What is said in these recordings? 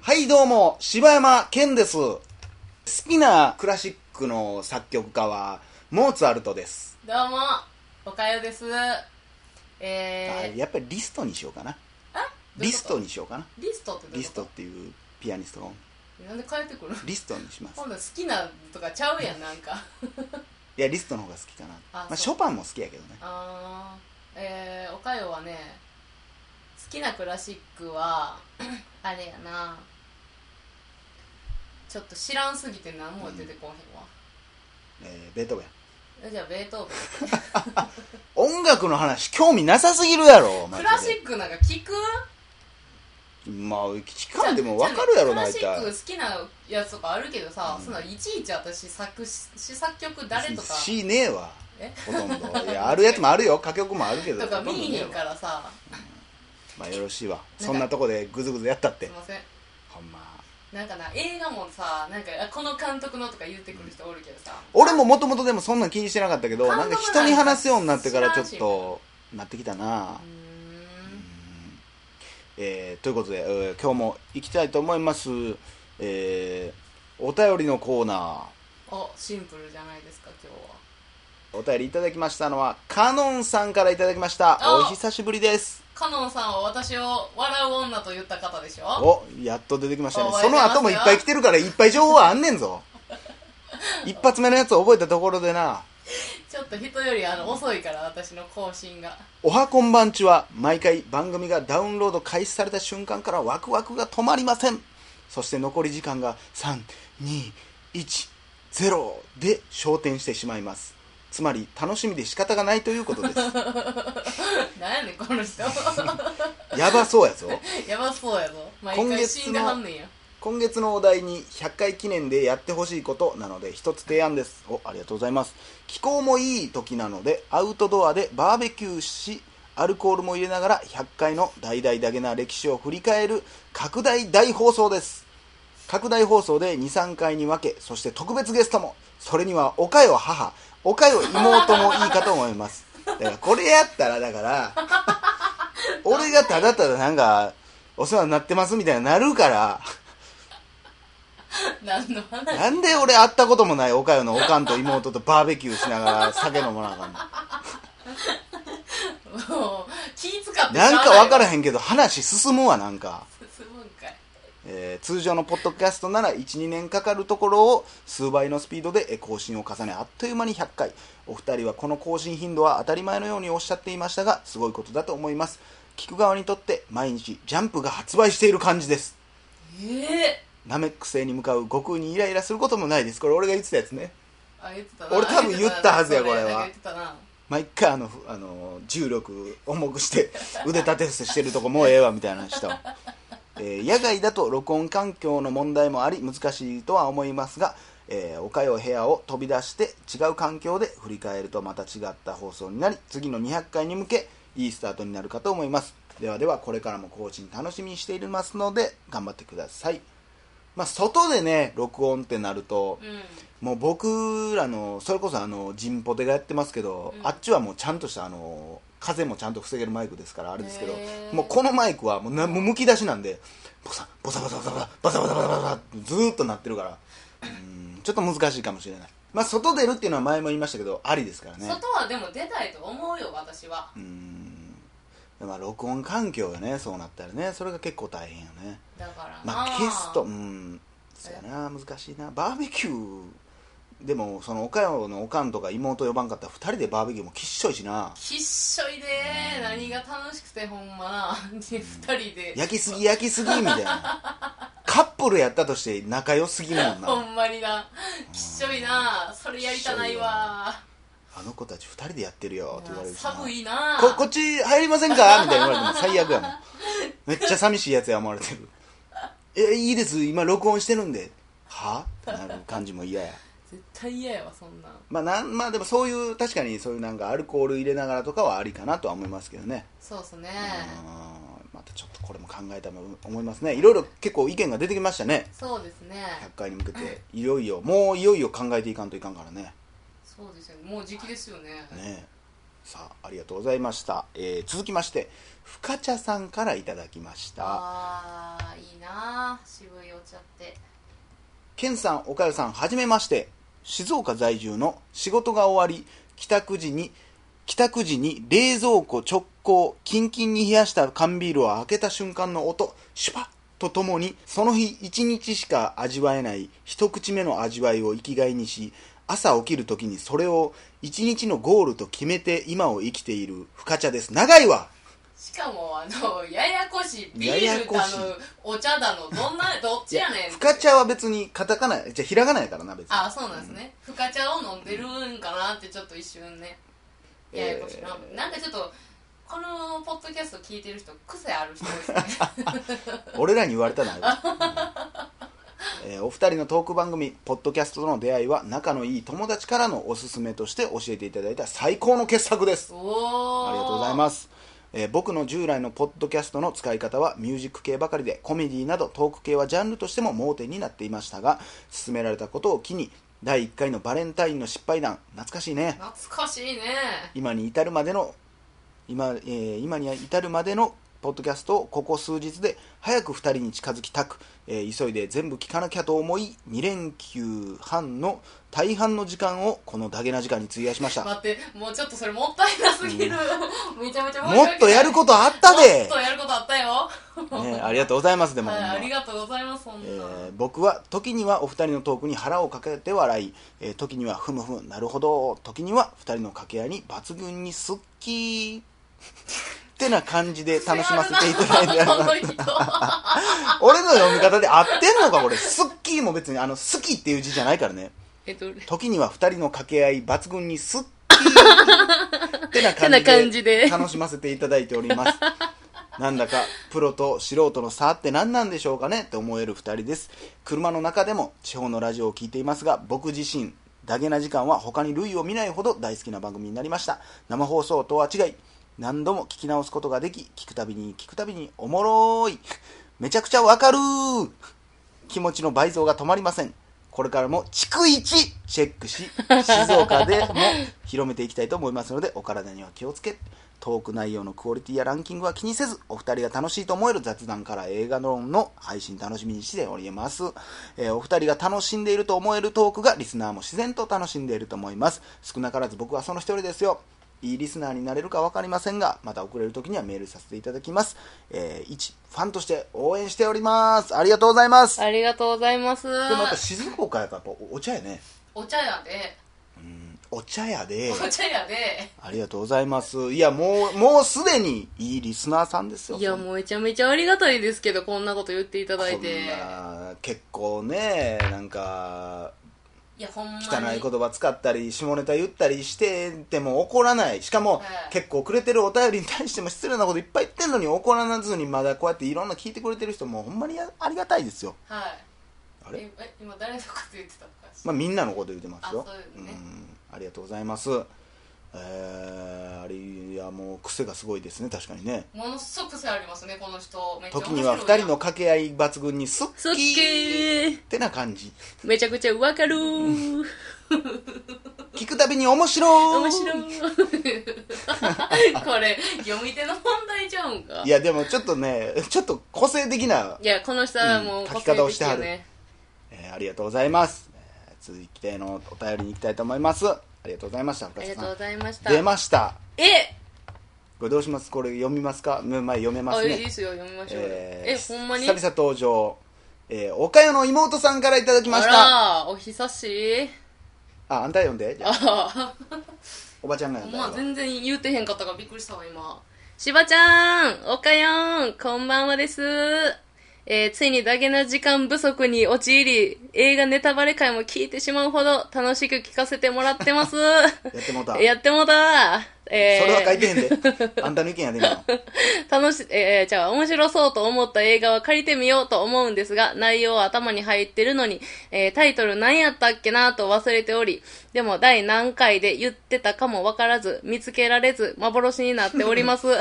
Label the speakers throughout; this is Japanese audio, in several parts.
Speaker 1: はい、どうも、柴山健です。好きなクラシックの作曲家は、モーツァルトです。
Speaker 2: どうも、おかよです。え
Speaker 1: あ
Speaker 2: ー、
Speaker 1: やっぱりリストにしようかな。
Speaker 2: どうい
Speaker 1: リ
Speaker 2: う
Speaker 1: ス
Speaker 2: こと
Speaker 1: トにしようかな。
Speaker 2: リストってどう
Speaker 1: リ
Speaker 2: いう
Speaker 1: ス
Speaker 2: こと
Speaker 1: トっていうピアニストが、
Speaker 2: なんで変えてくるの
Speaker 1: リストにします。
Speaker 2: 今度好きなとかちゃうやん、なんか。
Speaker 1: いや、リストの方が好きかな。
Speaker 2: あ
Speaker 1: ま あ、シ
Speaker 2: そう
Speaker 1: ョパンも好きやけどね。
Speaker 2: あー、えー、おかよはね、好きなクラシックは、 あれやな、ちょっと知らんすぎて何も出てこへ
Speaker 1: えー、ベートーベン。
Speaker 2: んわ。じゃあ、ベートーベ
Speaker 1: 音楽の話、興味なさすぎるやろ、
Speaker 2: ン。
Speaker 1: マ
Speaker 2: ク
Speaker 1: ジ
Speaker 2: ラシ
Speaker 1: で。
Speaker 2: ックなんか聞く
Speaker 1: まあ、聞かんでもわかるやろ、
Speaker 2: じゃあ
Speaker 1: 大
Speaker 2: ねクラシッ
Speaker 1: 体。
Speaker 2: ク好きなやつとかあるけどさ、
Speaker 1: うん
Speaker 2: そんないちいち私作詞作曲誰とか
Speaker 1: しねえわ。
Speaker 2: え
Speaker 1: ほとんど。いや、あるやつもあるよ。歌曲もあるけど。
Speaker 2: とか
Speaker 1: ほと
Speaker 2: 見
Speaker 1: んど
Speaker 2: に
Speaker 1: ねえ
Speaker 2: 行
Speaker 1: わ
Speaker 2: くからさ
Speaker 1: まあよろしいわそんなとこでグズグズやったっ
Speaker 2: す
Speaker 1: て
Speaker 2: いません
Speaker 1: ほんま
Speaker 2: なんかな映画もさなんかあこの監督のとか言ってくる人おるけどさ
Speaker 1: 俺ももともとでもそんなん気にしてなかったけど
Speaker 2: 感
Speaker 1: な
Speaker 2: 動が
Speaker 1: ん
Speaker 2: ない
Speaker 1: か人に話すようになってからちょっとなってきたな
Speaker 2: う
Speaker 1: うん
Speaker 2: ー、ん
Speaker 1: えーということで、えー今日も行きたいと思いますえーお便りのコーナー
Speaker 2: おシンプルじゃないですか今日
Speaker 1: お便りいただきましたのはカノンさんからいただきましたお
Speaker 2: あ
Speaker 1: 久しぶりです
Speaker 2: はカノンさんは私を笑う女と言った方でしょ
Speaker 1: おやっと出てきましたね
Speaker 2: お
Speaker 1: その後もいっぱい来てるからいっぱい情報はあんねんぞ一発目のやつ覚えたところでな
Speaker 2: ちょっと人よりあの遅いから私の更新が
Speaker 1: おはこんばんちは毎回番組がダウンロード開始された瞬間からワクワクが止まりませんそして残り時間が3210で焦点してしまいますつまり楽しみで仕方がないということです
Speaker 2: なんやねんこの人
Speaker 1: やばそうやぞ
Speaker 2: やばそうやぞ毎
Speaker 1: 今
Speaker 2: 回
Speaker 1: 月の
Speaker 2: 死んではんねんや
Speaker 1: 今月のお題に100回記念でやってほしいことなので一つ提案ですおありがとうございます気候もいい時なのでアウトドアでバーベキューしアルコールも入れながら100回の大々だけな歴史を振り返る拡大大放送です拡大放送で23回に分けそして特別ゲストもそれにはおかよ母おかよ妹もいいかと思いますだからこれやったらだから俺がただただなんかお世話になってますみたいになるから
Speaker 2: 何の話
Speaker 1: なんで俺会ったこともないおかよのおかんと妹とバーベキューしながら酒飲まなあかんの
Speaker 2: もう気使って
Speaker 1: なんか分から
Speaker 2: ん
Speaker 1: へんけど話進むわなんか、
Speaker 2: 進むんかい
Speaker 1: えー通常のポッドキャストなら12年かかるところを数倍のスピードでえー更新を重ねあっという間に100回お二人はこの更新頻度は当たり前のようにおっしゃっていましたがすごいことだと思います聞く側にとって毎日ジャンプが発売している感じです
Speaker 2: ええ
Speaker 1: ナメック星に向かう悟空にイライラすることもないですこれ俺が言ってたやつね
Speaker 2: あ言ってたな
Speaker 1: 俺多分言ったはずや
Speaker 2: 言ってたな
Speaker 1: これは
Speaker 2: 言ってたな
Speaker 1: 毎回あの、ふあの重力重くして腕立て伏せしてるとこもうええわみたいな人、えー野外だと録音環境の問題もあり難しいとは思いますが、えーおかよ部屋を飛び出して違う環境で振り返るとまた違った放送になり次の200回に向けいいスタートになるかと思いますではではこれからも更新楽しみにしていますので頑張ってくださいまあ外でね録音ってなると、
Speaker 2: う
Speaker 1: もう僕らのそれこそあのジンポテがやってますけど、
Speaker 2: うん
Speaker 1: あっちはもうちゃんとしたあの風もちゃんと防げるマイクですからあれですけど
Speaker 2: へー
Speaker 1: もうこのマイクはもうなもうむき出しなんでボサボサボサボサボサボサボサボサボサってずーっと鳴ってるからうんちょっと難しいかもしれないまあ外出るっていうのは前も言いましたけどありですから
Speaker 2: ん、
Speaker 1: ね
Speaker 2: 外はでも出たいと思うよ私は
Speaker 1: うんまあ録音環境がねそうなったらねそれが結構大変よね
Speaker 2: だからな
Speaker 1: まあ、ゲストうんそうやな難しいなバーベキューでもそのおかよのおかんとか妹呼ばんかったら2人でバーベキューもきっしょいしな
Speaker 2: きっしょいで何が楽しくてほんまな二人で
Speaker 1: 焼きすぎ焼きすぎみたいな カップルやったとして仲良すぎるもん
Speaker 2: ほ
Speaker 1: なん
Speaker 2: まになきっしょいなそれやりたないわ
Speaker 1: あの子たち2人でやってるよって言われるしな
Speaker 2: 寒いな
Speaker 1: ここっち入りませんかみたいに言われても最悪やもんめっちゃ寂しいやつや思われてるえいいです今録音してるんではってなる感じも嫌や
Speaker 2: 絶対嫌やわそんなん
Speaker 1: まあ、なんまあでもそういう確かにそういうなんかアルコール入れながらとかはありかなとは思いますけどね、
Speaker 2: そうっすね
Speaker 1: うんまたちょっとこれも考えたいと思いますねいろいろ結構意見が出てきましたね
Speaker 2: そうですね
Speaker 1: 100回に向けていよいよもういよいよ考えていかんといかんからね
Speaker 2: そうですよねもう時期ですよね
Speaker 1: ねさあありがとうございました、えー続きましてふか茶さんからいただきました
Speaker 3: ああいいなー渋いお茶って
Speaker 1: ケンさんおかよさんはじめまして静岡在住の仕事が終わり帰宅時に帰宅時に冷蔵庫直行キンキンに冷やした缶ビールを開けた瞬間の音シュパッとともにその日一日しか味わえない一口目の味わいを生きがいにし朝起きる時にそれを一日のゴールと決めて今を生きている深茶です長いわ
Speaker 3: しかもあのややこしいビール
Speaker 1: ややこ
Speaker 3: だ
Speaker 1: しい
Speaker 3: のお茶だのどん などっちやねん
Speaker 1: 深茶は別にカタカナじゃあひらがなやからな別に
Speaker 3: あそうなんですね、ふか茶を飲んでるんかなってちょっと一瞬ね
Speaker 1: えー
Speaker 3: ややこしいな、なんかちょっとこのポッドキャスト聞いてる人癖ある人ですね
Speaker 1: 俺らに言われたな、うんえーお二人のトーク番組ポッドキャストとの出会いは仲のいい友達からのおすすめとして教えていただいた最高の傑作です
Speaker 3: おお
Speaker 1: ありがとうございます、えー僕の従来のポッドキャストの使い方はミュージック系ばかりでコメディなどトーク系はジャンルとしても盲点になっていましたが勧められたことを機に第1回のバレンタインの失敗談懐かしいね
Speaker 3: 懐かしいね
Speaker 1: 今に至るまでの今,、えー今に至るまでのポッドキャストをここ数日で早く2人に近づきたく、えー急いで全部聞かなきゃと思い2連休半の大半の時間をこのダゲな時間に費やし ました
Speaker 3: 待ってもうちょっとそれもったいなすぎ る、めちゃめちゃ申し訳
Speaker 1: も
Speaker 3: ない
Speaker 1: っとやることあった
Speaker 3: も
Speaker 1: で
Speaker 3: っと、やることあったよ
Speaker 1: ね、ありがとうございますでも、
Speaker 3: はい、
Speaker 1: ほんま
Speaker 3: ありがとうございますそんな、
Speaker 1: えー僕は時にはお二人のトークに腹をかけて笑い、えー時にはふむふむなるほど時には二人の掛け合いに抜群にすっきーってな感じで楽しませていただいて おります
Speaker 3: この 人
Speaker 1: 俺の読み方で合ってんのかこれスッキーも別にあの好きっていう字じゃないからね
Speaker 3: えどれ
Speaker 1: 時には二人の掛け合い抜群にスッキーってな感じで
Speaker 3: てな感じで
Speaker 1: 楽しませていただいており ますなんだかプロと素人の差って何なんでしょうかねって思える二人です車の中でも地方のラジオを聞いていますが僕自身ダゲな時間は他に類を見ないほど大好きな番組になりました生放送とは違い何度も聞き直すことができ聞くたびに聞くたびにおもろいめちゃくちゃわかるー気持ちの倍増が止まりませんこれからも逐一チェックし静岡でも広めていきたいと思いますのでお体には気をつけトーク内容のクオリティやランキングは気にせずお二人が楽しいと思える雑談から映画論の配信楽しみにしております、えーお二人が楽しんでいると思えるトークがリスナーも自然と楽しんでいると思います少なからず僕はその一人ですよいいリスナーになれるか分かりませんが、また遅れる時にはメールさせていただきます。えー、一、ファンとして応援しております。ありがとうございます。
Speaker 3: ありがとうございます
Speaker 1: でもやっぱ静岡やからやっぱおお茶やね。
Speaker 3: お茶屋で
Speaker 1: うんお茶やで。
Speaker 3: お茶屋で
Speaker 1: ありがとうございます。いや、もう、もうすでにいいリスナーさんですよ。
Speaker 3: いやもうめちゃめちゃありがたいですけどこんなこと言っていただいて
Speaker 1: こんな結構ね、なんか、
Speaker 3: いやほんまに
Speaker 1: 汚い言葉使ったり下ネタ言ったりしてても怒らないしかも、
Speaker 3: はい
Speaker 1: 結構くれてるお便りに対しても失礼なこといっぱい言ってんのに怒らなずにまだこうやっていろんな聞いてくれてる人もほんまにやありがたいですよ
Speaker 3: はい
Speaker 1: あれ
Speaker 3: ええ今誰のこと言ってたのかし
Speaker 1: まあみんなのこと言ってますよ
Speaker 3: あそうよね
Speaker 1: んありがとうございますえー、あれいやもう癖がすごいですね確かにね
Speaker 3: ものすごく癖ありますねこの人めっちゃ面白
Speaker 1: 時
Speaker 3: い
Speaker 1: には2人の掛け合い抜群にすっき
Speaker 2: そっけー
Speaker 1: ってな感じ
Speaker 2: めちゃくちゃわかるー
Speaker 1: 聞くたびに面白い
Speaker 2: 面白 い
Speaker 3: これ読み手の問題ちゃうんか
Speaker 1: いやでもちょっとねちょっと個性的ない
Speaker 2: やこの人はもう
Speaker 1: うん書き方をしてはる
Speaker 2: 個性的よね
Speaker 1: えーありがとうございます、えー続いてのお便りに行きたいと思いますありがとうございました
Speaker 2: あ
Speaker 1: 深
Speaker 2: り
Speaker 1: 瀬
Speaker 2: が
Speaker 1: さ
Speaker 2: とうご
Speaker 1: ん
Speaker 2: ざいました
Speaker 1: 出ました
Speaker 2: え
Speaker 1: これどうしますこれ読みますかうんまあ読めま
Speaker 2: あ
Speaker 1: す
Speaker 2: いいで
Speaker 1: ね
Speaker 2: すよ読みましょうよ
Speaker 1: え
Speaker 2: え
Speaker 1: ー
Speaker 2: ほんまに
Speaker 1: 久々登場えー、岡山の妹さんからいただきましたあ
Speaker 2: あらお久しい
Speaker 1: あんた読んでじゃあ
Speaker 2: あ
Speaker 1: おばちゃんが
Speaker 2: あ
Speaker 1: 読んだ
Speaker 2: まあ
Speaker 1: よ
Speaker 2: 全然言うてへんかったからびっくりしたわ今しばちゃんおかよんこんばんはですえーついにダゲな時間不足に陥り映画ネタバレ会も聞いてしまうほど楽しく聞かせてもらってます
Speaker 1: やってもうた、
Speaker 2: やってもうたえー
Speaker 1: それは書いてへん であんたの意見やで今の
Speaker 2: 楽し、えー、じゃあ面白そうと思った映画は借りてみようと思うんですが、内容は頭に入ってるのに、えータイトル何やったっけなと忘れており、でも第何回で言ってたかもわからず、見つけられず、幻になっております。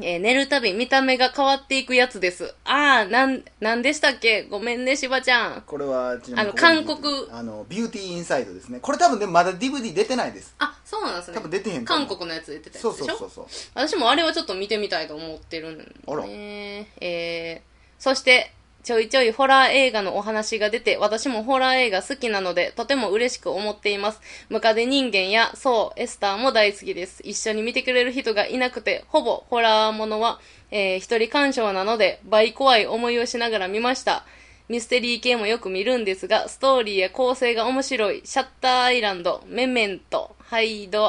Speaker 2: えー寝るたび見た目が変わっていくやつです。あー、なん、なんでしたっけごめんね、しばちゃん。
Speaker 1: これはちなみに
Speaker 2: あの韓国
Speaker 1: あのビューティーインサイドですねこれ多分でもまだ DVD 出てないです
Speaker 2: あ、そうなんですね。
Speaker 1: 多分出てへんと思
Speaker 2: 韓
Speaker 1: う
Speaker 2: 国のやつ出てたや
Speaker 1: そうそ
Speaker 2: つで
Speaker 1: う
Speaker 2: しょ
Speaker 1: そうそう
Speaker 2: 私もあれはちょっと見てみたいと思ってるんで、ね。
Speaker 1: あら
Speaker 2: えー、そして、ちょいちょいホラー映画のお話が出て、私もホラー映画好きなので、とても嬉しく思っています。ムカデ人間や、そう、エスターも大好きです。一緒に見てくれる人がいなくて、ほぼホラーものは、えー一人鑑賞なので、倍怖い思いをしながら見ました。ミステリー系もよく見るんですが、ストーリーや構成が面白い、シャッターアイランド、メメント、ハイドシ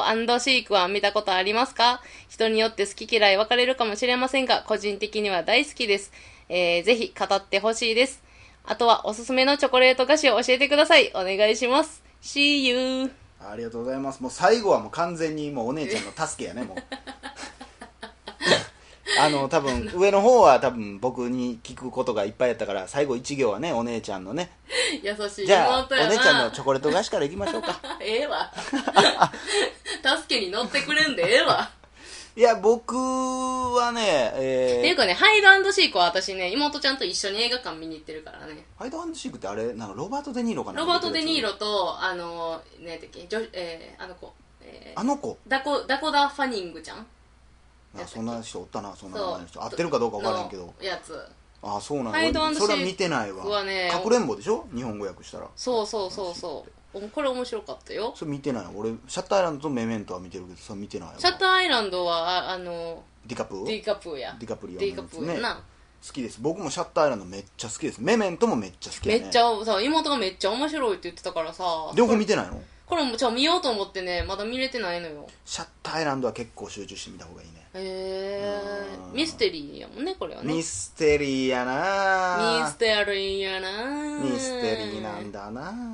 Speaker 2: ークは見たことありますか人によって好き嫌い分かれるかもしれませんが、個人的には大好きです。えー、ぜひ語ってほしいです。あとはおすすめのチョコレート菓子を教えてください。お願いします。See you!
Speaker 1: ありがとうございますもう最後はもう完全にもうお姉ちゃんの助けやねもう あの多分上の方は多分僕に聞くことがいっぱいやったから最後1行はねお姉ちゃんのね
Speaker 3: 優しい
Speaker 1: じゃあ
Speaker 3: 妹
Speaker 1: お
Speaker 3: やな
Speaker 1: 姉ちゃんのチョコレート菓子からいきましょうか
Speaker 3: ええわ助けに乗ってくれんでええわ
Speaker 1: いや僕はねえ
Speaker 2: っていう
Speaker 1: ー、
Speaker 2: かね、ハイドシークは私ね、妹ちゃんと一緒に映画館見に行ってるからね。
Speaker 1: ハイドハンドシークってあれなんかロバート・デ・ニーロかな
Speaker 2: ロバート・デ・ニー
Speaker 1: ロ
Speaker 2: ロと、あの、ねえっけ、ジョえー、あの子、えー
Speaker 1: あの子
Speaker 2: ダコ、ダコダ・ファニングちゃん
Speaker 1: あそんな人おったなそんな名前
Speaker 2: そ
Speaker 1: の人
Speaker 2: う。
Speaker 1: 合ってるかどうか分からへんけど
Speaker 2: のやつ。
Speaker 1: あそうなん
Speaker 2: ハイドアンドシー
Speaker 1: そ
Speaker 2: ク
Speaker 1: れは見てないわ
Speaker 2: はね
Speaker 1: かくれんぼでしょ日本語訳したら
Speaker 2: そうそうそうそう。おこれ面白かったよ。
Speaker 1: それ見てない俺シャッターアイランドとメメントは見てるけどそれ見てないわ
Speaker 2: シャッターアイランドは、ああの、
Speaker 1: ディカプー
Speaker 2: ディカプーや。
Speaker 1: ディカプリオの
Speaker 2: デ
Speaker 1: や
Speaker 2: ィ
Speaker 1: つ
Speaker 2: カ
Speaker 1: ね
Speaker 2: プーやな。
Speaker 1: 好きです僕もシャッターアイランドめっちゃ好きですメメントもめっちゃ好きや
Speaker 2: め
Speaker 1: ね
Speaker 2: っちゃ、さ、妹がめっちゃ面白いって言ってたからさ、
Speaker 1: 両方見てないの
Speaker 2: これも、じゃあ見ようと思ってね、まだ見れてないのよ。
Speaker 1: シャッターアイランドは結構集中して見た方がいいね
Speaker 2: へ
Speaker 1: う
Speaker 2: ー。
Speaker 1: ん
Speaker 2: ミステリーやもんね、これはね。
Speaker 1: ミ
Speaker 2: ミス
Speaker 1: ステリーやな
Speaker 2: テリーやな
Speaker 1: ミステリーなん。だな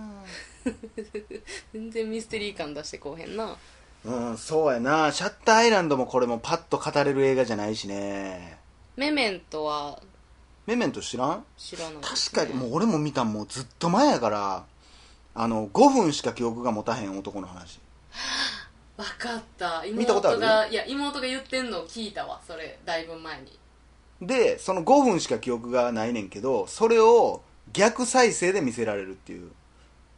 Speaker 2: 全然ミステリー感出してこうへんな。
Speaker 1: うんそうやなシャッターアイランドもこれもパッと語れる映画じゃないしね
Speaker 2: メメントは
Speaker 1: メメント知らん
Speaker 2: 知らない、
Speaker 1: 確かにもう俺も見たんもうずっと前やからあの5分しか記憶が持たへん男の話
Speaker 3: 分かった妹が
Speaker 1: 見たことあ
Speaker 3: いや妹が言ってんのを聞いたわそれだいぶ前に
Speaker 1: でその5分しか記憶がないねんけどそれを逆再生で見せられるっていう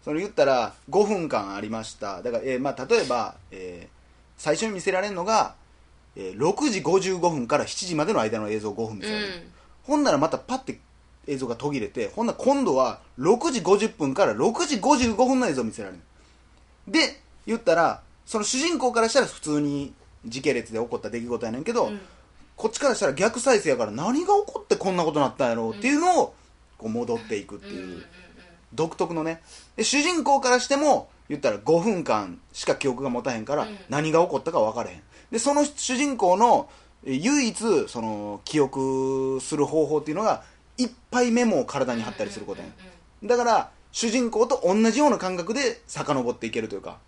Speaker 1: その言ったら5分間ありましただから、えーまあ、例えば、えー最初に見せられるのが、えー6時55分から7時までの間の映像5分見
Speaker 2: う
Speaker 1: せられる、
Speaker 2: ん。
Speaker 1: ほんならまたパッて映像が途切れてほんなら今度は6時50分から6時55分の映像を見せられるで言ったらその主人公からしたら普通に時系列で起こった出来事やねんけど、
Speaker 3: うん
Speaker 1: こっちからしたら逆再生やから何が起こってこんなことになったんやろうっていうのをこう戻っていくって
Speaker 3: うんうんうん
Speaker 1: いううん独特のねで主人公からしても言ったら5分間しか記憶が持たへんから
Speaker 3: うん
Speaker 1: 何が起こったか分からへんでその主人公のえ唯一その記憶する方法っていうのがいっぱいメモを体に貼ったりすることやねん
Speaker 3: うんうんうん
Speaker 1: だから主人公と同じような感覚で遡っていけるというか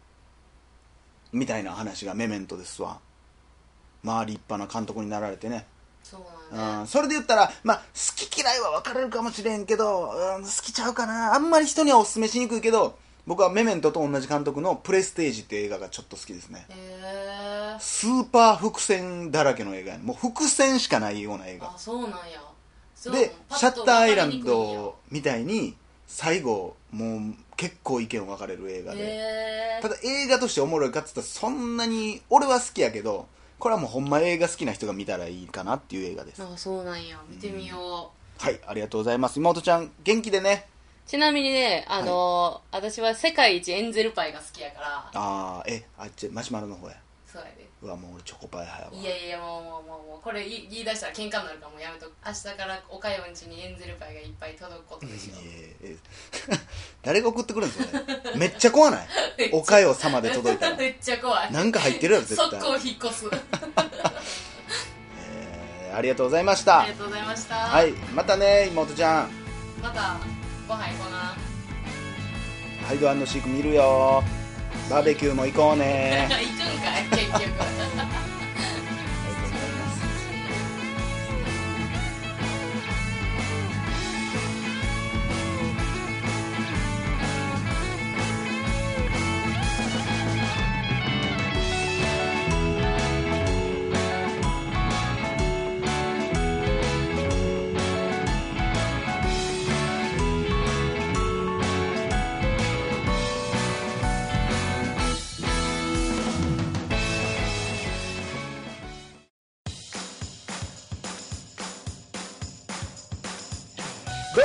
Speaker 1: みたいな話がメメントですわまあ立派な監督になられてね
Speaker 3: そう
Speaker 1: う
Speaker 3: なん
Speaker 1: ん
Speaker 3: だ
Speaker 1: それで言ったら、まあ、好き嫌いは分かれるかもしれんけど、うん好きちゃうかなあんまり人にはおすすめしにくいけど僕はメメントと同じ監督の「プレステージ」っていう映画がちょっと好きですね
Speaker 3: へえ
Speaker 1: スーパー伏線だらけの映画やねもう伏線しかないような映画
Speaker 3: あそうなんやそう
Speaker 1: で
Speaker 3: パ
Speaker 1: シャ
Speaker 3: ッと
Speaker 1: ッ
Speaker 3: 分
Speaker 1: ター
Speaker 3: か
Speaker 1: アイ
Speaker 3: り
Speaker 1: ラ
Speaker 3: に
Speaker 1: ン
Speaker 3: くいんや
Speaker 1: ドみたいに最後もう結構意見分かれる映画で、
Speaker 3: へえ
Speaker 1: ただ映画としておもろいかっつったらそんなに俺は好きやけどこれはもうほんま映画好きな人が見たらいいかなっていう映画です
Speaker 2: ああ、そうなんや。
Speaker 3: 見てみよ
Speaker 1: はいありがとうございます妹ちゃん元気でね
Speaker 2: ちなみにね、あのー私は世界一エンゼルパイが好きやから、
Speaker 1: ああえあっちマシュマロの方や
Speaker 3: そうやで
Speaker 1: うわもう俺チョコパイ派やわ
Speaker 3: いやいやもうもうもうもうこれ言い言い出したら喧嘩になるからもうやめとく明日からおかよんちにエンゼルパイがいっぱい届くことでしょ
Speaker 1: いえい え誰が送ってくるんそれめっちゃ 怖ない
Speaker 3: めっちゃ
Speaker 1: おかよ様で届いたら
Speaker 3: めっちゃ怖い
Speaker 1: なんか入ってるやろ絶
Speaker 3: 速
Speaker 1: 対、
Speaker 3: 攻引っ越す
Speaker 1: えーありがとうございまし
Speaker 3: あ
Speaker 1: た
Speaker 3: りがとうございました
Speaker 1: はいまたね妹ちゃん
Speaker 3: またご飯行こうな
Speaker 1: ハイドシーク見るよバーベキューも行こう ね
Speaker 3: 行くんかい結局
Speaker 1: ありがとうございますど